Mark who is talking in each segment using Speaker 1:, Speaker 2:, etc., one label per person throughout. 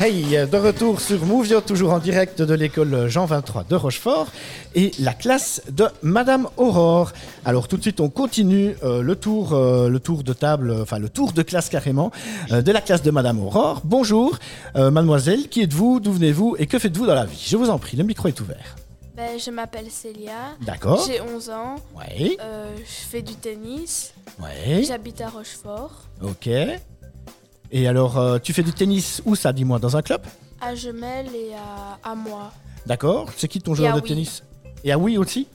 Speaker 1: Hey, de retour sur Movio, toujours en direct de l'école Jean 23 de Rochefort et la classe de Madame Aurore. Alors tout de suite, on continue euh, le tour, euh, le tour de table, euh, enfin le tour de classe carrément euh, de la classe de Madame Aurore. Bonjour, euh, mademoiselle, qui êtes-vous, d'où venez-vous et que faites-vous dans la vie Je vous en prie, le micro est ouvert.
Speaker 2: Ben, je m'appelle Célia,
Speaker 1: D'accord.
Speaker 2: j'ai 11 ans,
Speaker 1: Oui,
Speaker 2: euh, je fais du tennis,
Speaker 1: oui.
Speaker 2: j'habite à Rochefort,
Speaker 1: Ok. Et alors, euh, tu fais du tennis où ça, dis-moi, dans un club
Speaker 2: à Gemelle et à, à moi.
Speaker 1: D'accord. C'est qui ton
Speaker 2: Et
Speaker 1: joueur
Speaker 2: à
Speaker 1: de
Speaker 2: oui.
Speaker 1: tennis Et à oui aussi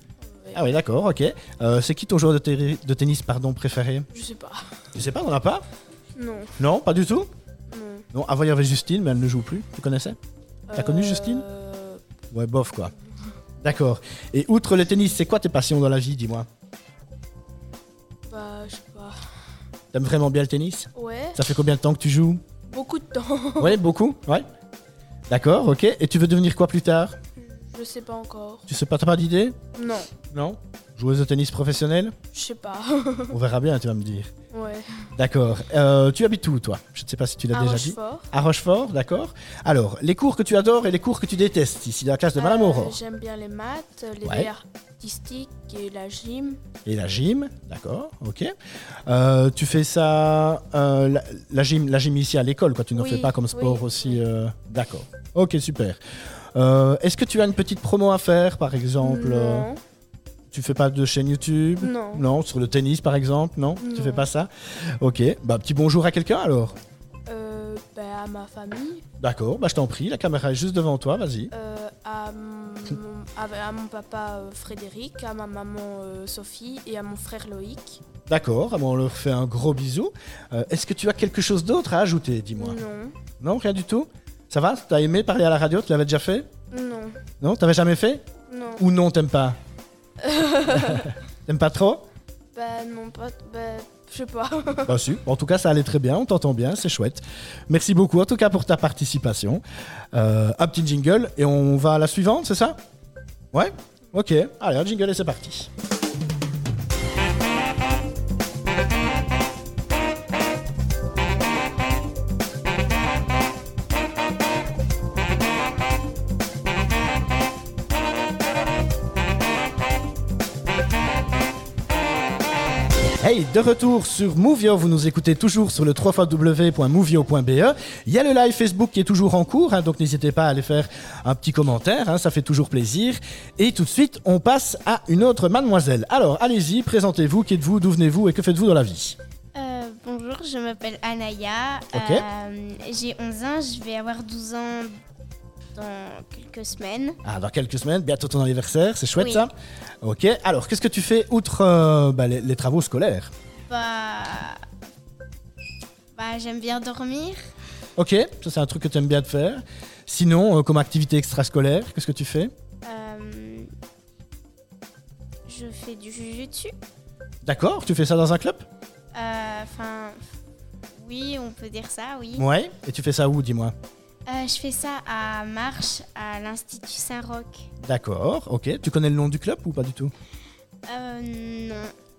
Speaker 2: Oui.
Speaker 1: Ah oui, d'accord, ok. Euh, c'est qui ton joueur de, terri- de tennis pardon, préféré
Speaker 2: Je sais pas.
Speaker 1: Je sais pas, on en a pas
Speaker 2: Non,
Speaker 1: Non, pas du tout
Speaker 2: non.
Speaker 1: Non, avant il y avait Justine, mais elle ne joue plus, tu connaissais T'as connu Justine
Speaker 2: Euh,
Speaker 1: Ouais, bof quoi. D'accord. Et outre le tennis, c'est quoi tes passions dans la vie, dis-moi
Speaker 2: Bah, je sais pas.
Speaker 1: T'aimes vraiment bien le tennis
Speaker 2: Ouais,
Speaker 1: Ça fait combien de temps que tu joues
Speaker 2: beaucoup de temps.
Speaker 1: Ouais, beaucoup Ouais. D'accord, ok. Et tu veux devenir quoi plus tard
Speaker 2: Je sais pas encore.
Speaker 1: Tu sais pas, t'as pas d'idée
Speaker 2: Non,
Speaker 1: Non. Joueuse de tennis professionnelle
Speaker 2: je sais pas.
Speaker 1: On verra bien, tu vas me dire.
Speaker 2: Ouais,
Speaker 1: D'accord. Euh, tu habites où, toi Je ne sais pas si tu l'as
Speaker 2: à
Speaker 1: déjà dit.
Speaker 2: Rochefort.
Speaker 1: À Rochefort, d'accord. Alors, les cours que tu adores et les cours que tu détestes ici dans la classe de Madame
Speaker 2: Euh,
Speaker 1: Aurore.
Speaker 2: J'aime bien les maths, les
Speaker 1: Ouais.
Speaker 2: artistiques artistiques et la gym.
Speaker 1: Et la gym, d'accord, ok. Euh, tu fais ça, euh, la, la gym, la gym ici à l'école, quoi. Tu ne
Speaker 2: Oui,
Speaker 1: fais pas comme sport
Speaker 2: oui,
Speaker 1: aussi,
Speaker 2: oui.
Speaker 1: euh, d'accord. Ok, super. Euh, Est-ce que tu as une petite promo à faire, par exemple euh,
Speaker 2: non,
Speaker 1: Tu fais pas de chaîne YouTube
Speaker 2: non.
Speaker 1: Non, sur le tennis par exemple, non, Tu
Speaker 2: Non.
Speaker 1: fais pas ça Ok, bah petit bonjour à quelqu'un alors.
Speaker 2: Euh, bah, à ma famille,
Speaker 1: D'accord, bah je t'en prie, la caméra est juste devant toi, vas-y.
Speaker 2: euh, à, mon, à- à mon papa euh, Frédéric, à ma maman euh, Sophie et à mon frère Loïc.
Speaker 1: D'accord, ah bon, on leur fait un gros bisou. Euh, Est-ce que tu as quelque chose d'autre à ajouter, dis-moi
Speaker 2: Non,
Speaker 1: Non, rien du tout Ça va T'as aimé parler à la radio Tu l'avais déjà fait
Speaker 2: non,
Speaker 1: Non, t'avais jamais fait
Speaker 2: non.
Speaker 1: Ou non, t'aimes pas T'aimes pas trop
Speaker 2: Bah, non, pas. Bah, je sais pas.
Speaker 1: Bah si. En tout cas, ça allait très bien, on t'entend bien, c'est chouette. Merci beaucoup en tout cas pour ta participation. Euh, un petit jingle et on va à la suivante, c'est ça Ouais Ok, allez, un jingle et c'est parti. Hey, de retour sur Movio, vous nous écoutez toujours sur le www.movio.be. Il y a le live Facebook qui est toujours en cours, hein, donc n'hésitez pas à aller faire un petit commentaire, hein, ça fait toujours plaisir. Et tout de suite, on passe à une autre mademoiselle. Alors, allez-y, présentez-vous, qui êtes-vous, d'où venez-vous et que faites-vous dans la vie
Speaker 3: Euh, bonjour, je m'appelle Anaya.
Speaker 1: Ok.
Speaker 3: Euh, J'ai 11 ans, je vais avoir 12 ans dans quelques semaines.
Speaker 1: Ah, dans quelques semaines, bientôt ton anniversaire, c'est chouette
Speaker 3: Oui.
Speaker 1: ça Ok, alors qu'est-ce que tu fais outre euh, bah, les, les travaux scolaires
Speaker 3: Bah, bah j'aime bien dormir.
Speaker 1: Ok, ça c'est un truc que tu aimes bien de faire. Sinon, euh, comme activité extrascolaire, qu'est-ce que tu fais
Speaker 3: Euh, je fais du jujutsu.
Speaker 1: D'accord, tu fais ça dans un club
Speaker 3: Euh, Enfin, oui, on peut dire ça, oui.
Speaker 1: Ouais. Et tu fais ça où, dis-moi
Speaker 3: Euh, je fais ça à Marche, à l'Institut Saint-Roch.
Speaker 1: D'accord, ok. Tu connais le nom du club ou pas du tout
Speaker 3: Euh,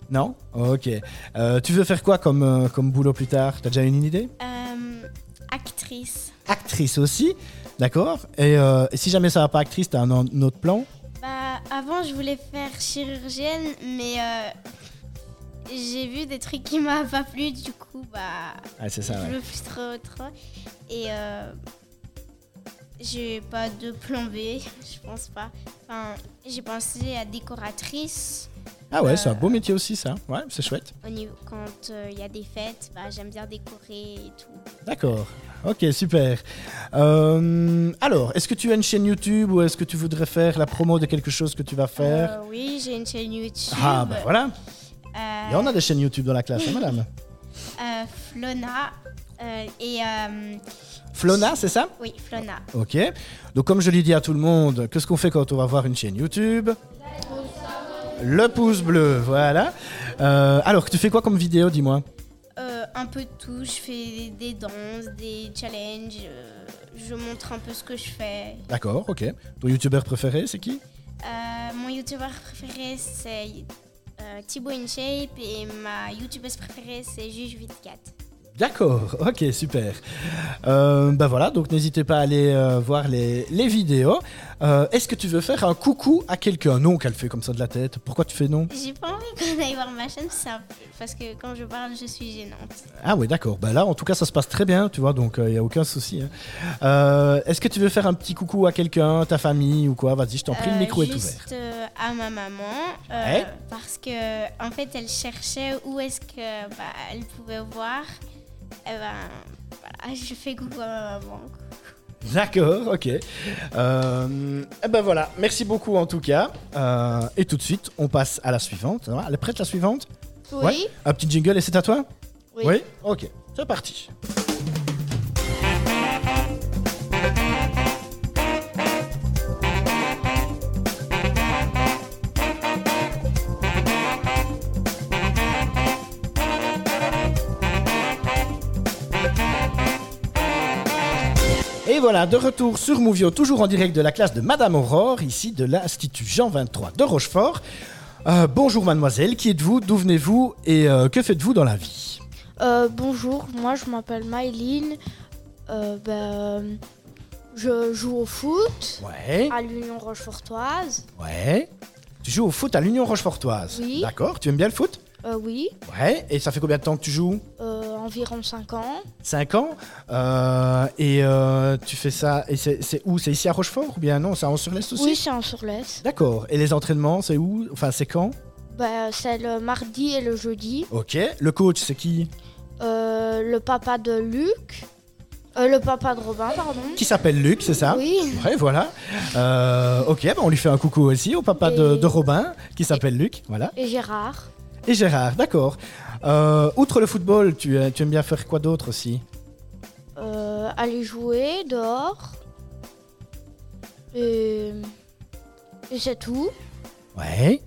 Speaker 3: non.
Speaker 1: Non Ok. Euh, tu veux faire quoi comme, euh, comme boulot plus tard T'as déjà une idée
Speaker 3: Euh, actrice.
Speaker 1: Actrice aussi, d'accord. Et, euh, et si jamais ça va pas actrice, t'as un, an- un autre plan
Speaker 3: Bah, avant, je voulais faire chirurgienne, mais euh, j'ai vu des trucs qui m'a pas plu, du coup, bah,
Speaker 1: Ah, c'est
Speaker 3: je
Speaker 1: ça, ouais.
Speaker 3: le plus trop, trop. Et euh, j'ai pas de plan B, je pense pas. Enfin, j'ai pensé à décoratrice.
Speaker 1: Ah ouais, c'est un beau métier aussi, ça. Ouais, c'est chouette.
Speaker 3: Au niveau, quand euh, il y a des fêtes, bah, j'aime bien décorer et tout.
Speaker 1: D'accord. Ok, super. Euh, alors, est-ce que tu as une chaîne YouTube ou est-ce que tu voudrais faire la promo de quelque chose que tu vas faire
Speaker 3: Euh, oui, j'ai une chaîne YouTube.
Speaker 1: Ah, bah voilà.
Speaker 3: Euh,
Speaker 1: Il y en a des chaînes YouTube dans la classe, hein, madame.
Speaker 3: euh, Flona. euh, et euh,
Speaker 1: Flona, c'est ça
Speaker 3: oui, Flona.
Speaker 1: Ok. Donc, comme je l'ai dit à tout le monde, qu'est-ce qu'on fait quand on va voir une chaîne YouTube Le pouce bleu, voilà. Euh, alors, tu fais quoi comme vidéo, dis-moi
Speaker 3: Euh, un peu de tout, je fais des danses, des challenges, euh, je montre un peu ce que je fais.
Speaker 1: D'accord, ok. Ton YouTuber préféré, c'est qui
Speaker 3: Euh, mon youtubeur préféré c'est euh, Thibaut InShape et ma youtubeuse préférée c'est Juge84.
Speaker 1: D'accord, ok, super. Euh, ben voilà, donc n'hésitez pas à aller euh, voir les, les vidéos. Euh, Est-ce que tu veux faire un coucou à quelqu'un Non, qu'elle fait comme ça de la tête. Pourquoi tu fais non
Speaker 3: J'ai pas envie qu'on aille voir ma chaîne, c'est un peu- parce que quand je parle, je suis gênante.
Speaker 1: Ah oui, d'accord. Ben là, en tout cas, ça se passe très bien, tu vois, donc il n'y a aucun souci. hein. Euh, Est-ce que tu veux faire un petit coucou à quelqu'un, ta famille ou quoi Vas-y, je t'en prie, le
Speaker 3: Euh,
Speaker 1: micro est ouvert.
Speaker 3: juste, euh, à ma maman, euh,
Speaker 1: Ouais.
Speaker 3: parce que en fait, elle cherchait où est-ce que bah, elle pouvait voir. Et ben, voilà, je fais coucou à ma maman.
Speaker 1: D'accord, ok. Euh, eh ben voilà, merci beaucoup en tout cas. Euh, et tout de suite, on passe à la suivante. Ça va Elle est prête la suivante Ouais. Un petit jingle et c'est à toi
Speaker 3: Oui.
Speaker 1: Ok, c'est parti. Et voilà, de retour sur Mouvio, toujours en direct de la classe de Madame Aurore, ici de l'Institut Jean 23 de Rochefort. Euh, bonjour mademoiselle, qui êtes-vous, d'où venez-vous et euh, que faites-vous dans la vie
Speaker 4: Euh, bonjour, moi je m'appelle Maëline. Euh, ben, je joue au foot
Speaker 1: Ouais,
Speaker 4: à l'Union Rochefortoise.
Speaker 1: ouais. Tu joues au foot à l'Union Rochefortoise.
Speaker 4: Oui.
Speaker 1: D'accord, tu aimes bien le foot
Speaker 4: Euh, oui,
Speaker 1: Ouais, et ça fait combien de temps que tu joues
Speaker 4: euh, environ 5 ans.
Speaker 1: 5 ans. Euh, et euh, tu fais ça, et c'est c'est où C'est ici à Rochefort ou bien non C'est en sur l'Est aussi
Speaker 4: Oui, c'est en surlaisse.
Speaker 1: D'accord, et les entraînements, c'est où Enfin, c'est quand
Speaker 4: Ben, c'est le mardi et le jeudi.
Speaker 1: Ok, le coach, c'est qui
Speaker 4: Euh, le papa de Luc. euh, le papa de Robin, pardon.
Speaker 1: Qui s'appelle Luc, c'est ça
Speaker 4: Oui.
Speaker 1: Ouais, voilà. Euh, ok, bah, on lui fait un coucou aussi au papa de,
Speaker 4: Et-
Speaker 1: de Robin, qui s'appelle Luc. Voilà.
Speaker 4: Et Gérard.
Speaker 1: Et Gérard, d'accord. Euh, outre le football, tu, euh, tu aimes bien faire quoi d'autre aussi
Speaker 4: Euh, aller jouer dehors. Et, et c'est tout.
Speaker 1: Ouais.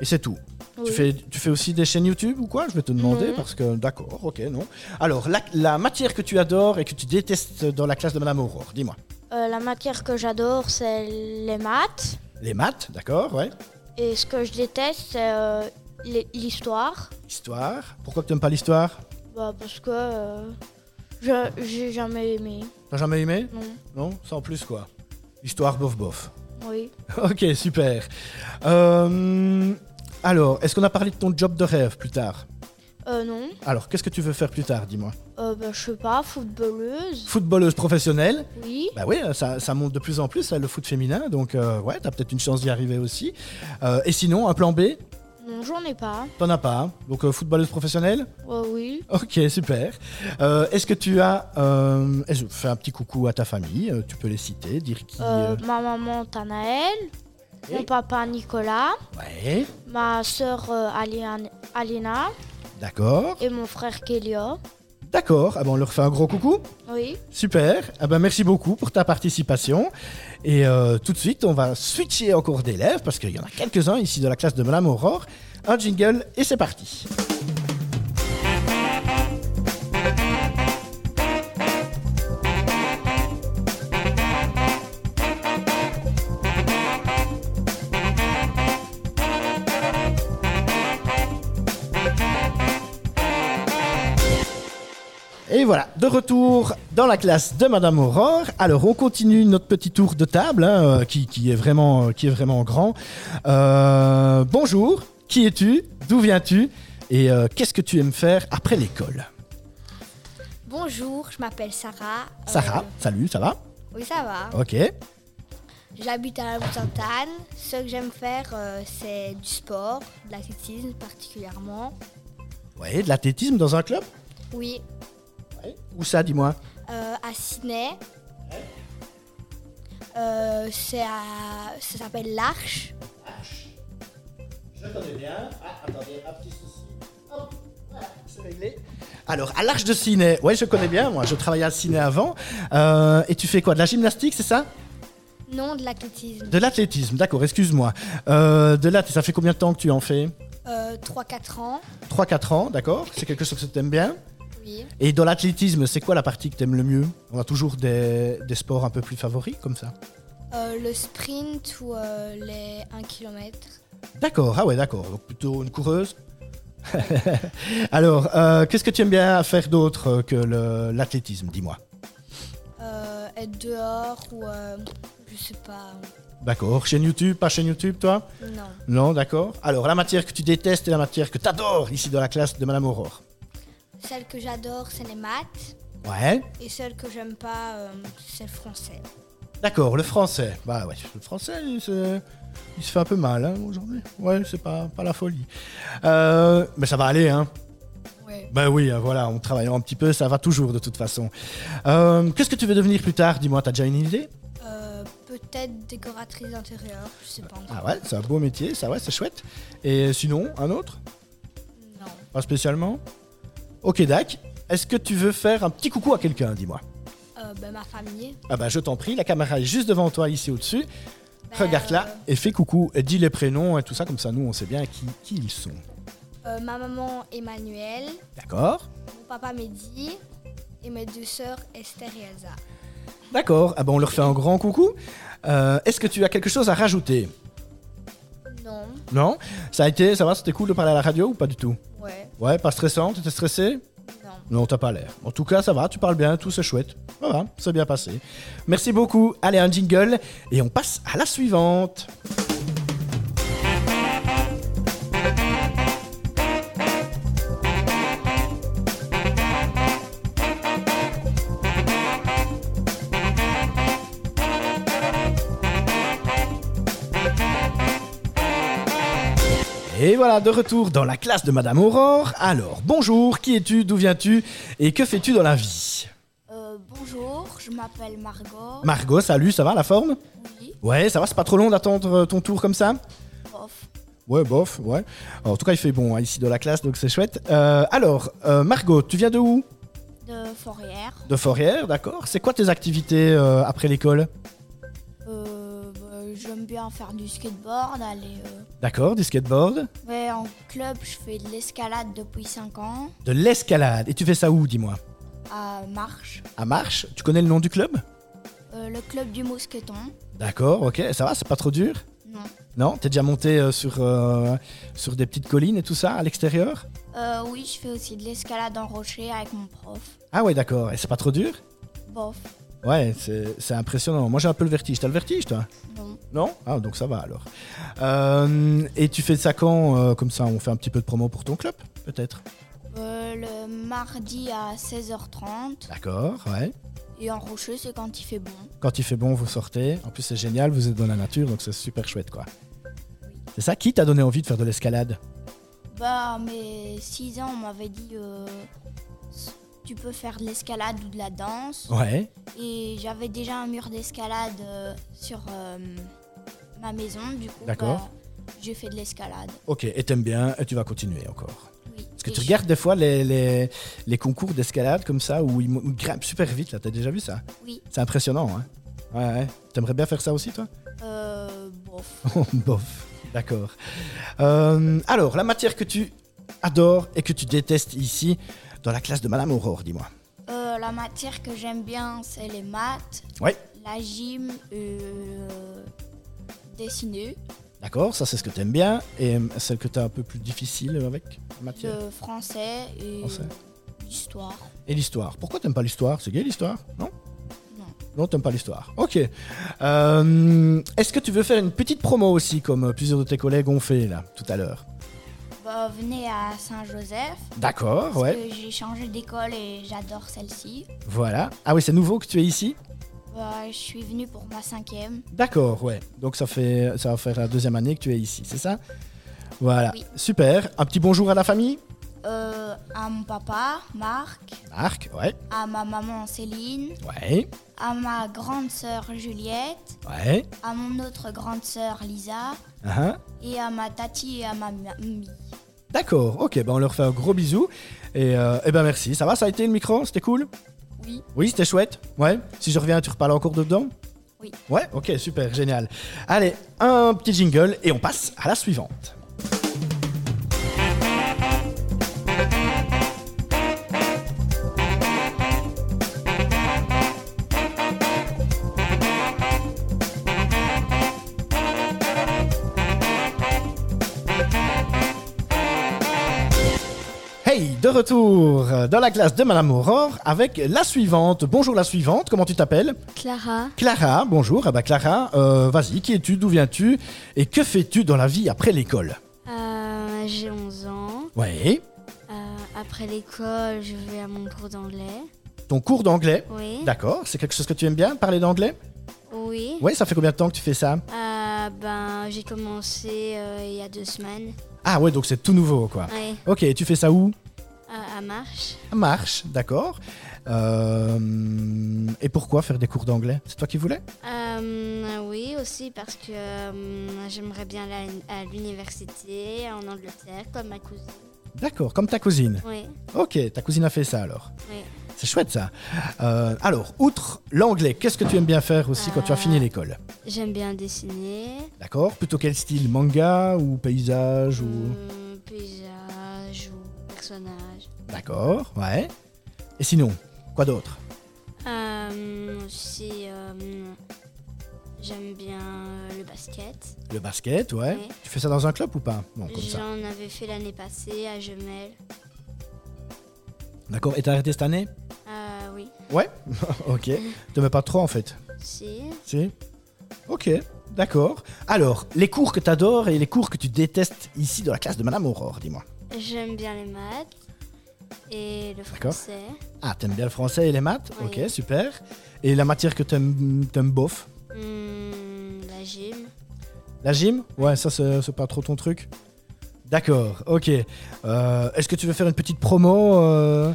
Speaker 1: Et c'est tout.
Speaker 4: Oui. Mhm.
Speaker 1: Tu, fais, tu fais aussi des chaînes YouTube ou quoi Je vais te demander
Speaker 4: Non.
Speaker 1: parce que. D'accord, ok, non. Alors, la, la matière que tu adores et que tu détestes dans la classe de Madame Aurore, dis-moi.
Speaker 4: Euh, la matière que j'adore, c'est les maths.
Speaker 1: Les maths, d'accord, ouais.
Speaker 4: Et ce que je déteste, c'est euh, les- l'histoire.
Speaker 1: Histoire. Pourquoi tu n'aimes pas l'histoire
Speaker 4: Bah, parce que euh, je j'ai jamais aimé.
Speaker 1: T'as jamais aimé
Speaker 4: Non,
Speaker 1: Non Sans plus, quoi. Histoire bof-bof.
Speaker 4: oui.
Speaker 1: Ok, super. Euh, alors, est-ce qu'on a parlé de ton job de rêve plus tard
Speaker 4: Euh, non.
Speaker 1: Alors, qu'est-ce que tu veux faire plus tard, dis-moi
Speaker 4: Euh, bah, je sais pas, footballeuse.
Speaker 1: Footballeuse professionnelle
Speaker 4: Oui.
Speaker 1: Bah oui, ça, ça monte de plus en plus, là, le foot féminin, donc euh, ouais, t'as peut-être une chance d'y arriver aussi. Euh, et sinon, un plan B
Speaker 4: Non, j'en ai pas.
Speaker 1: T'en as pas, hein donc euh, footballeuse professionnelle
Speaker 4: Euh, oui.
Speaker 1: Ok, super. Euh, est-ce que tu as... Euh, est-ce- fais un petit coucou à ta famille, euh, tu peux les citer, dire qui...
Speaker 4: Euh,
Speaker 1: euh,
Speaker 4: ma maman, Tanaël.
Speaker 1: Et
Speaker 4: Mon papa, Nicolas.
Speaker 1: Ouais,
Speaker 4: Ma sœur, euh, Alian- Alina.
Speaker 1: d'accord.
Speaker 4: Et mon frère, Kélia.
Speaker 1: D'accord, ah ben, on leur fait un gros coucou
Speaker 4: Oui.
Speaker 1: Super. Ah ben, merci beaucoup pour ta participation. Et euh, tout de suite, on va switcher encore d'élèves parce qu'il y en a quelques-uns ici de la classe de Madame Aurore. Un jingle et c'est parti. Et voilà, de retour dans la classe de Madame Aurore. Alors, on continue notre petit tour de table hein, euh, qui, qui est vraiment, qui est vraiment grand. Euh, bonjour, qui es-tu D'où viens-tu Et euh, qu'est-ce que tu aimes faire après l'école
Speaker 5: Bonjour, je m'appelle Sarah. Euh,
Speaker 1: Sarah, salut, ça va
Speaker 5: oui, ça va.
Speaker 1: Ok.
Speaker 5: J'habite à la Montagne. Ce que j'aime faire, euh, c'est du sport, de l'athlétisme particulièrement.
Speaker 1: Ouais, de l'athlétisme dans un club
Speaker 5: Oui,
Speaker 1: Ouais. Où ça, dis-moi
Speaker 5: euh, à Sydney. Euh, c'est à- Ça s'appelle l'Arche.
Speaker 1: Ah, Je connais bien. Ah, attendez, un petit souci. Hop, voilà, c'est réglé. Alors, à l'Arche de Ciné, ouais, je connais bien, moi, je travaillais à Ciné avant. Euh, et tu fais quoi De la gymnastique, c'est ça
Speaker 5: Non, de l'athlétisme.
Speaker 1: De l'athlétisme, d'accord, excuse-moi. Euh, de là, ça fait combien de temps que tu en fais
Speaker 5: Euh, 3-4 ans.
Speaker 1: 3-4 ans, d'accord C'est quelque chose que tu aimes bien
Speaker 5: Oui.
Speaker 1: Et dans l'athlétisme, c'est quoi la partie que tu aimes le mieux On a toujours des, des sports un peu plus favoris comme ça.
Speaker 5: Euh, le sprint ou euh, les 1 km.
Speaker 1: D'accord, ah ouais, d'accord. Donc plutôt une coureuse Alors, euh, qu'est-ce que tu aimes bien faire d'autre que le- l'athlétisme, dis-moi
Speaker 5: Euh, être dehors ou euh, je sais pas.
Speaker 1: D'accord. Chaîne YouTube, pas chaîne YouTube, toi
Speaker 5: Non.
Speaker 1: Non, d'accord. Alors, la matière que tu détestes et la matière que tu adores ici dans la classe de Madame Aurore.
Speaker 5: Celle que j'adore, c'est les maths.
Speaker 1: Ouais.
Speaker 5: Et celle que j'aime pas, euh, c'est le français.
Speaker 1: D'accord, le français. Bah ouais, le français, il se, il se fait un peu mal hein, aujourd'hui. Ouais, c'est pas, pas la folie. Euh, mais ça va aller, hein
Speaker 5: Ouais.
Speaker 1: Ben oui, euh, voilà, en travaillant un petit peu, ça va toujours de toute façon. Euh, Qu'est-ce que tu veux devenir plus tard Dis-moi, t'as déjà une idée
Speaker 5: Euh, Peut-être décoratrice d'intérieur, je sais pas encore.
Speaker 1: Ah ouais, c'est un beau métier, ça ouais, c'est chouette. Et sinon, un autre
Speaker 5: Non.
Speaker 1: Pas spécialement Ok, Dac, est-ce que tu veux faire un petit coucou à quelqu'un Dis-moi.
Speaker 5: Euh, ben, ma famille.
Speaker 1: Ah bah je t'en prie, la caméra est juste devant toi, ici au-dessus.
Speaker 6: Bah,
Speaker 5: Ben,
Speaker 1: Regarde-la
Speaker 5: euh,
Speaker 1: et fais coucou, et dis les prénoms et tout ça, comme ça nous on sait bien qui, qui ils sont.
Speaker 5: euh, ma maman Emmanuel,
Speaker 1: D'accord
Speaker 5: mon papa Mehdi et mes deux sœurs Esther et Elsa.
Speaker 1: D'accord, ah bah on leur fait un grand coucou. Euh, est-ce que tu as quelque chose à rajouter
Speaker 5: Non.
Speaker 1: Non Ça a été, ça va, c'était cool de parler à la radio ou pas du tout
Speaker 5: Ouais.
Speaker 1: Ouais, pas stressant, t'étais stressé
Speaker 5: Non.
Speaker 1: Non, t'as pas l'air. En tout cas, ça va, tu parles bien, tout c'est chouette. Ça va, c'est bien passé. Merci beaucoup, allez, un jingle, et on passe à la suivante. Et voilà, de retour dans la classe de Madame Aurore. Alors, bonjour, qui es-tu, d'où viens-tu, et que fais-tu dans la vie
Speaker 6: Euh, bonjour, je m'appelle Margot.
Speaker 1: Margot, salut, ça va, la forme
Speaker 6: Oui,
Speaker 1: Ouais, ça va, c'est pas trop long d'attendre euh, ton tour comme ça
Speaker 6: prof.
Speaker 1: Ouais, bof, ouais. en tout cas, il fait bon hein, ici dans la classe, donc c'est chouette. Euh, alors, euh, Margot, tu viens de où
Speaker 6: De Fourrières.
Speaker 1: De Forrières, d'accord. C'est quoi tes activités euh, après l'école
Speaker 6: Euh, bah, J'aime bien faire du skateboard, aller. euh,
Speaker 1: D'accord, du skateboard,
Speaker 6: Ouais, en club, je fais de l'escalade depuis 5 ans,
Speaker 1: de l'escalade. Et tu fais ça où, dis-moi
Speaker 6: à Marche.
Speaker 1: À Marche Tu connais le nom du club
Speaker 6: Euh, le club du mousqueton.
Speaker 1: D'accord, ok, ça va, c'est pas trop dur
Speaker 6: Non.
Speaker 1: Non T'es déjà monté euh, sur, euh, sur des petites collines et tout ça, à l'extérieur
Speaker 6: Euh, oui, je fais aussi de l'escalade en rocher avec mon prof.
Speaker 1: Ah ouais, d'accord. Et c'est pas trop dur
Speaker 6: Bof.
Speaker 1: Ouais, c'est c'est impressionnant. Moi, j'ai un peu le vertige. T'as le vertige, toi
Speaker 6: Non.
Speaker 1: Non Ah, donc ça va alors. Euh, et tu fais ça quand euh, Comme ça, on fait un petit peu de promo pour ton club, peut-être
Speaker 6: Euh, le mardi à 16h30.
Speaker 1: D'accord, ouais.
Speaker 6: Et en rocher, c'est quand il fait bon.
Speaker 1: Quand il fait bon, vous sortez. En plus, c'est génial, vous êtes dans la nature, donc c'est super chouette, quoi. C'est ça Qui t'a donné envie de faire de l'escalade
Speaker 6: Bah, mais 6 ans, on m'avait dit euh, tu peux faire de l'escalade ou de la danse.
Speaker 1: Ouais.
Speaker 6: Et j'avais déjà un mur d'escalade euh, sur euh, ma maison, du coup,
Speaker 1: D'accord.
Speaker 6: bah, j'ai fait de l'escalade.
Speaker 1: Ok, et t'aimes bien, et tu vas continuer encore.
Speaker 6: Oui.
Speaker 1: Parce que
Speaker 6: Et
Speaker 1: tu
Speaker 6: je-
Speaker 1: regardes des fois les, les, les concours d'escalade comme ça, où ils mo- ils grimpent super vite, là. T'as déjà vu ça
Speaker 6: Oui.
Speaker 1: C'est impressionnant, hein Ouais, ouais. T'aimerais bien faire ça aussi, toi Oh,
Speaker 6: Euh, bof.
Speaker 1: Bof, d'accord. Euh, alors, la matière que tu adores et que tu détestes ici, dans la classe de Madame Aurore, dis-moi.
Speaker 6: Euh, la matière que j'aime bien, c'est les maths,
Speaker 1: Ouais,
Speaker 6: la gym, euh, dessiner,
Speaker 1: d'accord, ça c'est ce que t'aimes bien, et euh, celle que t'as un peu plus difficile avec, la matière.
Speaker 6: le français et
Speaker 1: Français.
Speaker 6: euh, l'histoire.
Speaker 1: Et l'histoire. Pourquoi t'aimes pas l'histoire C'est gay l'histoire, non
Speaker 6: Non.
Speaker 1: Non, t'aimes pas l'histoire. Ok. Euh, Est-ce que tu veux faire une petite promo aussi, comme euh, plusieurs de tes collègues ont fait là, tout à l'heure
Speaker 6: Bah, venez à Saint-Joseph.
Speaker 1: D'accord,
Speaker 6: Parce
Speaker 1: ouais.
Speaker 6: que j'ai changé d'école et j'adore celle-ci.
Speaker 1: Voilà. Ah oui, c'est nouveau que tu es ici
Speaker 6: Bah, je suis venue pour ma cinquième.
Speaker 1: D'accord, ouais. Donc ça fait ça va faire la deuxième année que tu es ici, c'est ça Voilà.
Speaker 6: Oui.
Speaker 1: Super. Un petit bonjour à la famille.
Speaker 6: Euh, à mon papa, Marc,
Speaker 1: Marc, ouais.
Speaker 6: à ma maman Céline,
Speaker 1: Ouais.
Speaker 6: à ma grande sœur Juliette,
Speaker 1: Ouais.
Speaker 6: à mon autre grande sœur Lisa
Speaker 1: Hein
Speaker 6: et à ma tati et à ma mamie.
Speaker 1: D'accord. OK, ben on leur fait un gros bisou et euh, eh ben merci. Ça va, ça a été le micro, c'était cool
Speaker 6: Oui.
Speaker 1: Oui, c'était chouette. Ouais. Si je reviens, tu reparles encore dedans
Speaker 6: Oui.
Speaker 1: Ouais, OK, super, génial. Allez, un petit jingle et on passe à la suivante. de retour dans la classe de Madame Aurore avec la suivante. Bonjour la suivante, comment tu t'appelles
Speaker 4: Clara,
Speaker 1: Clara, bonjour. Ah bah Clara, euh, vas-y, qui es-tu, d'où viens-tu et que fais-tu dans la vie après l'école
Speaker 7: Euh, j'ai 11 ans.
Speaker 1: Oui.
Speaker 7: Euh, après l'école, je vais à mon cours d'anglais.
Speaker 1: Ton cours d'anglais
Speaker 7: Oui.
Speaker 1: D'accord, c'est quelque chose que tu aimes bien, parler d'anglais
Speaker 7: Oui.
Speaker 1: Oui, ça fait combien de temps que tu fais ça
Speaker 7: Euh, ben, j'ai commencé euh, il y a deux semaines.
Speaker 1: Ah ouais, donc c'est tout nouveau quoi.
Speaker 7: Ouais.
Speaker 1: Ok, tu fais ça où
Speaker 7: À, à Marche.
Speaker 1: À Marche, d'accord. Euh, et pourquoi faire des cours d'anglais C'est toi qui voulais
Speaker 7: Euh, oui, aussi parce que euh, j'aimerais bien aller à l'université en Angleterre, comme ma cousine.
Speaker 1: D'accord, comme ta cousine.
Speaker 7: Oui.
Speaker 1: Ok, ta cousine a fait ça alors.
Speaker 7: Oui.
Speaker 1: C'est chouette ça. Euh, alors, outre l'anglais, qu'est-ce que tu aimes bien faire aussi quand tu as
Speaker 7: Euh.
Speaker 1: fini l'école
Speaker 7: J'aime bien dessiner.
Speaker 1: D'accord Plutôt quel style Manga ou paysage ou...
Speaker 7: Hmm, paysage ou personnage.
Speaker 1: D'accord, ouais. Et sinon, quoi d'autre
Speaker 7: Euh, aussi, euh, j'aime bien euh, le basket.
Speaker 1: Le basket, ouais.
Speaker 7: Oui.
Speaker 1: Tu fais ça dans un club ou pas Non, comme ça.
Speaker 7: J'en avais fait l'année passée à Gemelle.
Speaker 1: D'accord, et t'as arrêté cette année
Speaker 7: Ah oui,
Speaker 1: Ouais Ok. Tu mets pas trop en fait
Speaker 7: si.
Speaker 1: Si Ok, d'accord. Alors, les cours que t'adores et les cours que tu détestes ici dans la classe de Madame Aurore, dis-moi.
Speaker 7: J'aime bien les maths et le
Speaker 1: D'accord.
Speaker 7: français.
Speaker 1: Ah, t'aimes bien le français et les maths
Speaker 7: Oui.
Speaker 1: Ok, super. Et la matière que t'aimes t'aimes bof
Speaker 7: Hmm, la gym.
Speaker 1: La gym Ouais, ça, c'est c'est pas trop ton truc. D'accord, ok. Euh, Est-ce que tu veux faire une petite promo euh,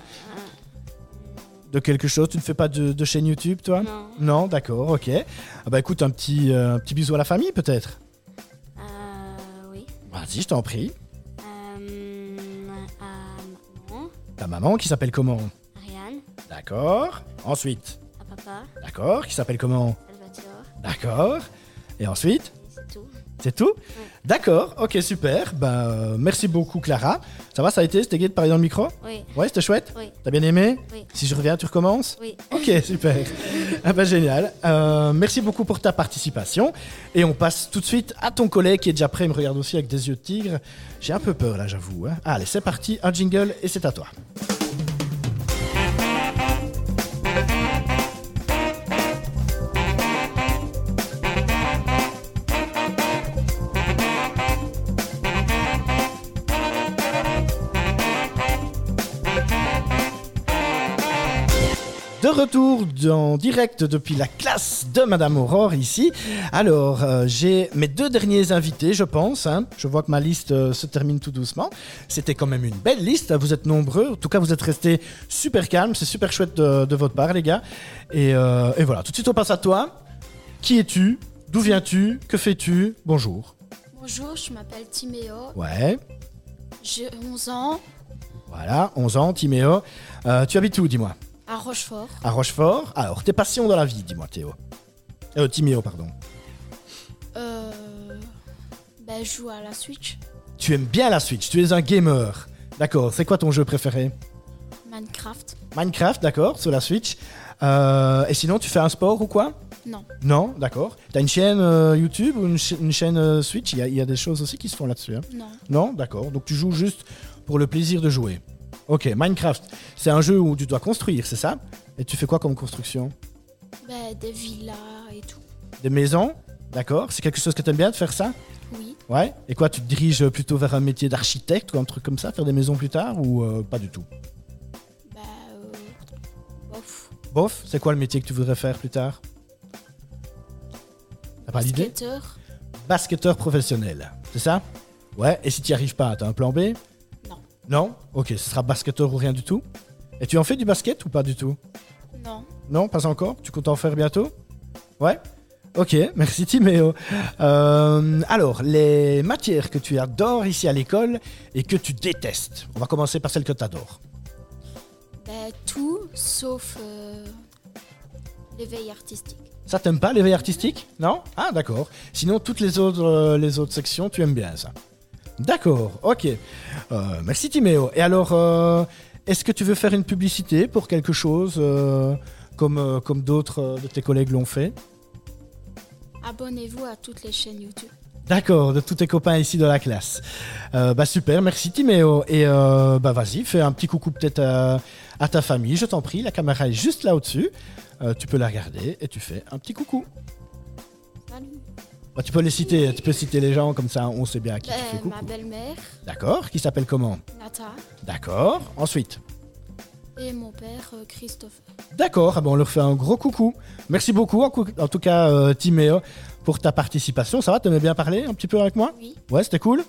Speaker 1: de quelque chose Tu ne fais pas de, de chaîne YouTube, toi
Speaker 7: Non.
Speaker 1: Non, d'accord, ok. Ah bah écoute, un petit, euh, un petit bisou à la famille, peut-être
Speaker 7: Ah oui.
Speaker 1: Vas-y, je t'en prie.
Speaker 7: Euh, à maman,
Speaker 1: Ta maman qui s'appelle comment
Speaker 7: Ariane,
Speaker 1: D'accord. Ensuite,
Speaker 7: à papa,
Speaker 1: d'accord, qui s'appelle comment
Speaker 7: Salvatore,
Speaker 1: D'accord. Et ensuite,
Speaker 7: et c'est tout.
Speaker 1: c'est tout D'accord, ok, super. Bah, euh, merci beaucoup, Clara. Ça va, ça a été C'était gai de parler dans le micro
Speaker 7: Oui,
Speaker 1: Ouais, c'était chouette
Speaker 7: Oui.
Speaker 1: T'as bien aimé
Speaker 7: Oui.
Speaker 1: Si je reviens, tu recommences
Speaker 7: oui.
Speaker 1: Ok, super. ah bah génial. Euh, merci beaucoup pour ta participation. Et on passe tout de suite à ton collègue qui est déjà prêt. Il me regarde aussi avec des yeux de tigre. J'ai un peu peur là, j'avoue. hein. Allez, c'est parti. Un jingle et c'est à toi. De retour en direct depuis la classe de Madame Aurore ici. Alors, euh, j'ai mes deux derniers invités, je pense. hein. Je vois que ma liste euh, se termine tout doucement. C'était quand même une belle liste. Vous êtes nombreux. En tout cas, vous êtes restés super calmes. C'est super chouette de, de votre part, les gars. Et, euh, et voilà, tout de suite, on passe à toi. Qui es-tu D'où viens-tu Que fais-tu Bonjour.
Speaker 8: Bonjour, je m'appelle Timéo,
Speaker 1: Ouais,
Speaker 8: j'ai 11 ans,
Speaker 1: voilà, 11 ans, Timéo. Euh, tu habites où, dis-moi
Speaker 8: à Rochefort.
Speaker 1: À Rochefort. Alors, tes passions dans la vie, dis-moi, Théo. Euh, Timéo, pardon.
Speaker 8: Euh, ben, je joue à la Switch,
Speaker 1: Tu aimes bien la Switch, tu es un gamer. D'accord, c'est quoi ton jeu préféré
Speaker 8: Minecraft.
Speaker 1: Minecraft, d'accord, sur la Switch. Euh, et sinon, tu fais un sport ou quoi
Speaker 8: Non.
Speaker 1: Non, d'accord. T'as une chaîne euh, YouTube ou une, cha- une chaîne euh, Switch Il y, a- il y a des choses aussi qui se font là-dessus. hein.
Speaker 8: Non.
Speaker 1: Non, d'accord. Donc tu joues juste pour le plaisir de jouer. Ok, Minecraft, c'est un jeu où tu dois construire, c'est ça Et tu fais quoi comme construction
Speaker 8: Ben, des villas et tout.
Speaker 1: Des maisons D'accord, c'est quelque chose que t'aimes bien de faire ça
Speaker 8: Oui.
Speaker 1: Ouais. Et quoi, tu te diriges plutôt vers un métier d'architecte ou un truc comme ça, faire des maisons plus tard ou euh, pas du tout
Speaker 8: Ben, euh, bof.
Speaker 1: Bof, c'est quoi le métier que tu voudrais faire plus tard T'as pas d'idée
Speaker 8: Skateur.
Speaker 1: Basketteur professionnel, c'est ça Ouais, et si t'y arrives pas, t'as un plan B
Speaker 8: Non.
Speaker 1: Non Ok, ce sera basketteur ou rien du tout Et tu en fais du basket ou pas du tout
Speaker 8: Non.
Speaker 1: Non, pas encore Tu comptes en faire bientôt Ouais Ok, merci Timéo. Euh, alors, les matières que tu adores ici à l'école et que tu détestes. On va commencer par celles que tu adores.
Speaker 8: Ben, tout sauf euh, l'éveil artistique.
Speaker 1: Ça t'aime pas l'éveil artistique Non Ah d'accord. Sinon toutes les autres euh, les autres sections tu aimes bien ça. D'accord. Ok. Euh, merci Timéo. Et alors euh, est-ce que tu veux faire une publicité pour quelque chose euh, comme euh, comme d'autres euh, de tes collègues l'ont fait
Speaker 8: Abonnez-vous à toutes les chaînes YouTube.
Speaker 1: D'accord, de tous tes copains ici de la classe. Euh, bah super, merci Timéo. Et euh, bah vas-y, fais un petit coucou peut-être à, à ta famille, je t'en prie. La caméra est juste là au-dessus. Euh, tu peux la regarder et tu fais un petit coucou.
Speaker 8: Salut.
Speaker 1: Bah, tu peux les citer, tu peux citer les gens comme ça, on sait bien à
Speaker 4: Euh,
Speaker 1: qui tu fais
Speaker 8: Ben, ma
Speaker 1: coucou.
Speaker 8: belle-mère,
Speaker 1: D'accord, qui s'appelle comment
Speaker 8: Nata,
Speaker 1: D'accord. Ensuite,
Speaker 8: et mon père, euh, Christophe.
Speaker 1: D'accord, ah ben, on leur fait un gros coucou. Merci beaucoup, en, cou- en tout cas, euh, Timéo, pour ta participation. Ça va, t'aimais bien parler un petit peu avec moi
Speaker 8: Oui.
Speaker 1: Ouais, c'était cool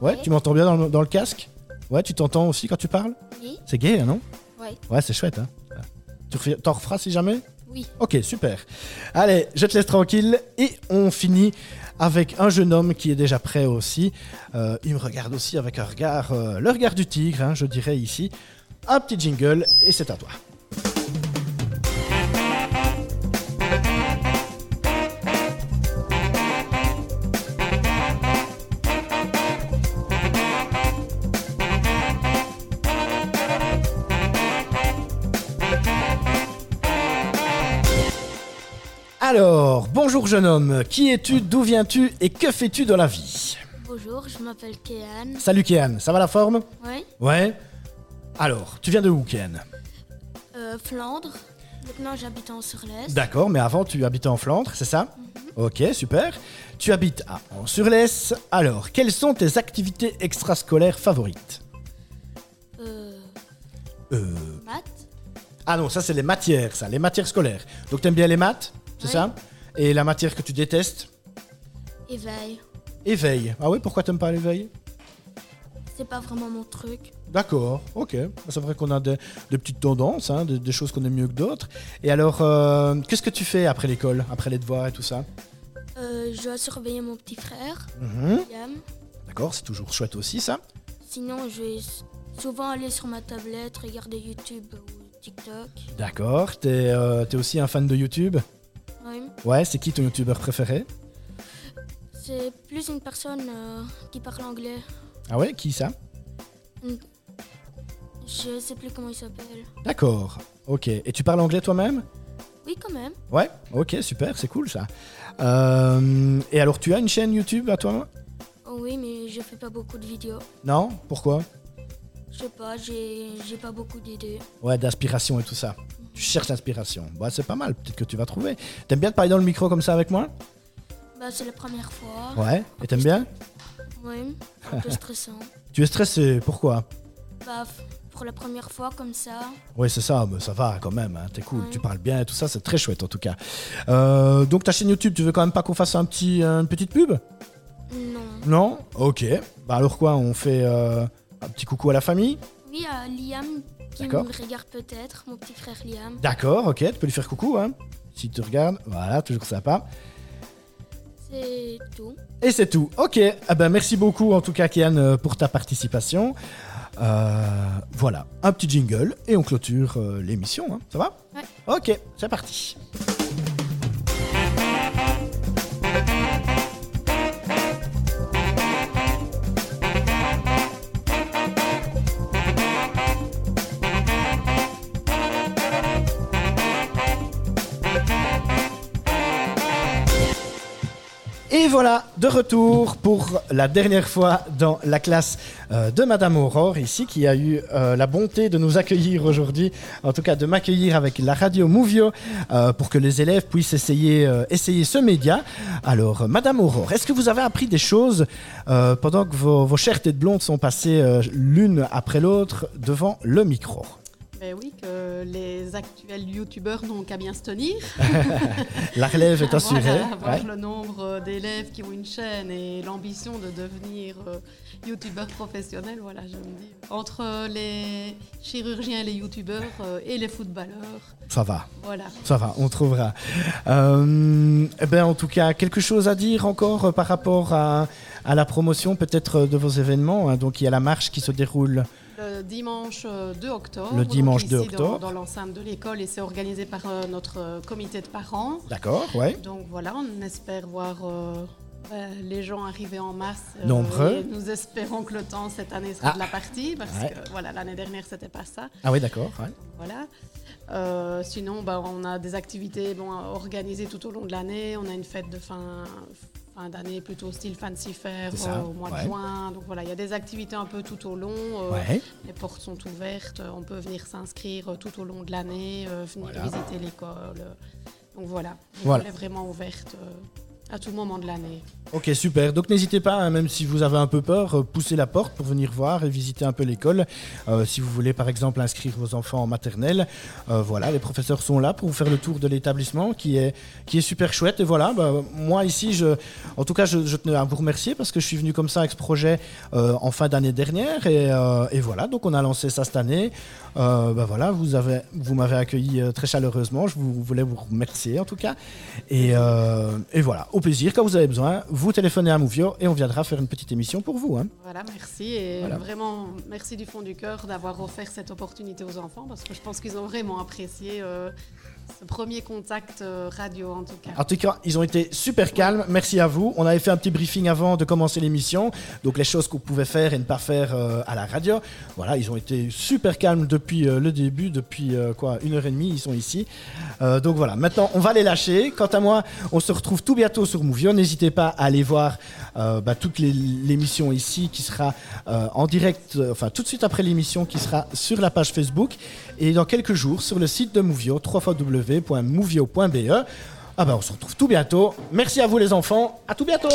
Speaker 1: Ouais, tu m'entends bien dans le, dans le casque Ouais, tu t'entends aussi quand tu parles
Speaker 8: Oui.
Speaker 1: C'est gay, hein, non
Speaker 8: Ouais.
Speaker 1: Ouais, c'est chouette, hein Ouais. Tu refais- t'en referas si jamais
Speaker 8: Oui.
Speaker 1: Ok, super. Allez, je te laisse tranquille et on finit avec un jeune homme qui est déjà prêt aussi. Euh, il me regarde aussi avec un regard, euh, le regard du tigre, hein, je dirais ici. Un petit jingle et c'est à toi. Alors, bonjour jeune homme, qui es-tu, d'où viens-tu et que fais-tu dans la vie
Speaker 7: Bonjour, je m'appelle Kéane.
Speaker 1: Salut Kéan, ça va la forme
Speaker 7: Oui.
Speaker 1: Ouais. Alors, tu viens de où Kéan
Speaker 7: Euh, Flandre. Maintenant, j'habite en Surlès.
Speaker 1: D'accord, mais avant tu habitais en Flandre, c'est ça Ok, super. Tu habites à Ansurlès. Alors, quelles sont tes activités extrascolaires favorites
Speaker 7: Euh,
Speaker 1: Euh...
Speaker 7: maths.
Speaker 1: Ah non, ça c'est les matières, ça, les matières scolaires. Donc t'aimes bien les maths, c'est
Speaker 7: Oui.
Speaker 1: ça Et la matière que tu détestes
Speaker 7: Éveil.
Speaker 1: Éveil. Ah oui, pourquoi t'aimes pas l'éveil
Speaker 7: C'est pas vraiment mon truc.
Speaker 1: D'accord, ok. C'est vrai qu'on a des, des petites tendances, hein, des, des choses qu'on aime mieux que d'autres. Et alors, euh, qu'est-ce que tu fais après l'école, après les devoirs et tout ça
Speaker 7: Euh, je dois surveiller mon petit frère,
Speaker 1: Mhm.
Speaker 7: Liam.
Speaker 1: D'accord, c'est toujours chouette aussi ça.
Speaker 7: Sinon, je vais s- souvent aller sur ma tablette, regarder YouTube ou TikTok.
Speaker 1: D'accord, t'es euh, t'es aussi un fan de YouTube
Speaker 7: Oui.
Speaker 1: Ouais, c'est qui ton youtubeur préféré
Speaker 7: C'est plus une personne euh, qui parle anglais.
Speaker 1: Ah ouais, qui ça
Speaker 7: Je sais plus comment il s'appelle.
Speaker 1: D'accord, ok. Et tu parles anglais toi-même
Speaker 7: Oui, quand même.
Speaker 1: Ouais, ok, super, c'est cool ça. Euh, et alors, tu as une chaîne YouTube à toi
Speaker 7: Oh oui, mais je fais pas beaucoup de vidéos.
Speaker 1: Non Pourquoi
Speaker 7: Je sais pas, j'ai j'ai pas beaucoup d'idées.
Speaker 1: Ouais, d'inspiration et tout ça. Tu cherches l'inspiration. Bah, c'est pas mal, peut-être que tu vas trouver. T'aimes bien te parler dans le micro comme ça avec moi
Speaker 7: Bah, c'est la première fois.
Speaker 1: Ouais, et t'aimes bien
Speaker 7: Oui, un peu stressant.
Speaker 1: Tu es stressé, pourquoi
Speaker 7: Bah, f- pour la première fois comme ça.
Speaker 1: Oui, c'est ça, mais ça va quand même, hein, t'es cool,
Speaker 7: Ouais.
Speaker 1: tu parles bien et tout ça, c'est très chouette en tout cas. Euh, donc ta chaîne YouTube, tu veux quand même pas qu'on fasse un petit, une petite pub
Speaker 7: Non.
Speaker 1: Non Ok. Bah alors quoi, on fait euh, un petit coucou à la famille
Speaker 7: Oui, à Liam qui
Speaker 1: D'accord.
Speaker 3: Mm.
Speaker 7: me regarde peut-être, mon petit frère Liam.
Speaker 1: D'accord, ok, tu peux lui faire coucou, hein Si tu regardes, voilà, toujours sympa.
Speaker 7: C'est tout.
Speaker 1: Et c'est tout. Ok, ah ben, merci beaucoup en tout cas, Kian, euh, pour ta participation. Euh, voilà, un petit jingle et on clôture euh, l'émission, hein. ça va Ouais. Ok, c'est parti. Et voilà, de retour pour la dernière fois dans la classe euh, de Madame Aurore, ici, qui a eu euh, la bonté de nous accueillir aujourd'hui, en tout cas de m'accueillir avec la radio Mouvio, euh, pour que les élèves puissent essayer, euh, essayer ce média. Alors, euh, Madame Aurore, est-ce que vous avez appris des choses euh, pendant que vos, vos chères têtes blondes sont passées euh, l'une après l'autre devant le micro
Speaker 9: Ben oui, que les actuels youtubeurs n'ont qu'à bien se tenir.
Speaker 1: La relève est assurée.
Speaker 9: Voilà, voir
Speaker 1: ouais.
Speaker 9: le nombre euh, d'élèves qui ont une chaîne et l'ambition de devenir euh, youtubeur professionnel, voilà, je me dis. Entre euh, les chirurgiens et les youtubeurs euh, et les footballeurs,
Speaker 1: Ça va,
Speaker 9: voilà.
Speaker 1: Ça va, on trouvera. Euh, eh ben, en tout cas, quelque chose à dire encore euh, par rapport à, à la promotion peut-être euh, de vos événements. hein. Donc il y a la marche qui se déroule.
Speaker 9: Le dimanche euh, 2 octobre.
Speaker 1: Le
Speaker 9: donc
Speaker 1: dimanche
Speaker 9: ici
Speaker 1: 2
Speaker 9: dans-
Speaker 1: octobre.
Speaker 9: Dans, l'enceinte de l'école et c'est organisé par euh, notre euh, comité de parents.
Speaker 1: D'accord, ouais.
Speaker 9: Donc voilà, on espère voir euh, ben, les gens arriver en masse. euh,
Speaker 1: Nombreux.
Speaker 9: et nous espérons que le temps cette année sera
Speaker 1: Ah.
Speaker 9: de la partie parce
Speaker 1: Ouais.
Speaker 9: que voilà, l'année dernière c'était pas ça.
Speaker 1: Ah oui, d'accord. ouais.
Speaker 9: Voilà. Euh, sinon, ben, on a des activités bon, organisées tout au long de l'année. On a une fête de fin, fin fin d'année, plutôt style fancy fair
Speaker 1: C'est ça,
Speaker 9: euh, au mois
Speaker 1: ouais.
Speaker 9: de juin. Donc voilà, il y a des activités un peu tout au long. euh,
Speaker 1: Ouais.
Speaker 9: Les portes sont ouvertes, euh, on peut venir s'inscrire euh, tout au long de l'année, euh, venir
Speaker 1: Voilà.
Speaker 9: visiter l'école. euh. Donc voilà,
Speaker 1: Voilà.
Speaker 9: elle est vraiment ouverte euh, à tout moment de l'année.
Speaker 1: Ok, super. Donc n'hésitez pas, hein, même si vous avez un peu peur, euh, poussez la porte pour venir voir et visiter un peu l'école. Euh, si vous voulez, par exemple, inscrire vos enfants en maternelle, euh, voilà, les professeurs sont là pour vous faire le tour de l'établissement qui est, qui est super chouette. Et voilà, bah, moi ici, je, en tout cas, je, je tenais à vous remercier parce que je suis venu comme ça avec ce projet euh, en fin d'année dernière. Et, euh, et voilà, donc on a lancé ça cette année. Euh, bah, voilà, vous, avez, vous m'avez accueilli euh, très chaleureusement. Je vous, voulais vous remercier en tout cas. Et, euh, et voilà, au plaisir, quand vous avez besoin, vous téléphonez à Mouvio et on viendra faire une petite émission pour vous. hein.
Speaker 9: Voilà, merci. Et
Speaker 1: Voilà.
Speaker 9: vraiment, merci du fond du cœur d'avoir offert cette opportunité aux enfants parce que je pense qu'ils ont vraiment apprécié euh, ce premier contact euh, radio en tout cas.
Speaker 1: En tout cas, ils ont été super calmes. Merci à vous. On avait fait un petit briefing avant de commencer l'émission. Donc, les choses qu'on pouvait faire et ne pas faire euh, à la radio. Voilà, ils ont été super calmes depuis euh, le début, depuis euh, quoi, une heure et demie. Ils sont ici. Euh, donc, voilà. Maintenant, on va les lâcher. Quant à moi, on se retrouve tout bientôt sur Mouvio. N'hésitez pas à aller voir euh, bah, toute les- l'émission ici qui sera euh, en direct, euh, enfin, tout de suite après l'émission qui sera sur la page Facebook et dans quelques jours sur le site de Mouvio, ben, www.mouvio.be. Ah bah on se retrouve tout bientôt. Merci à vous les enfants. À tout bientôt.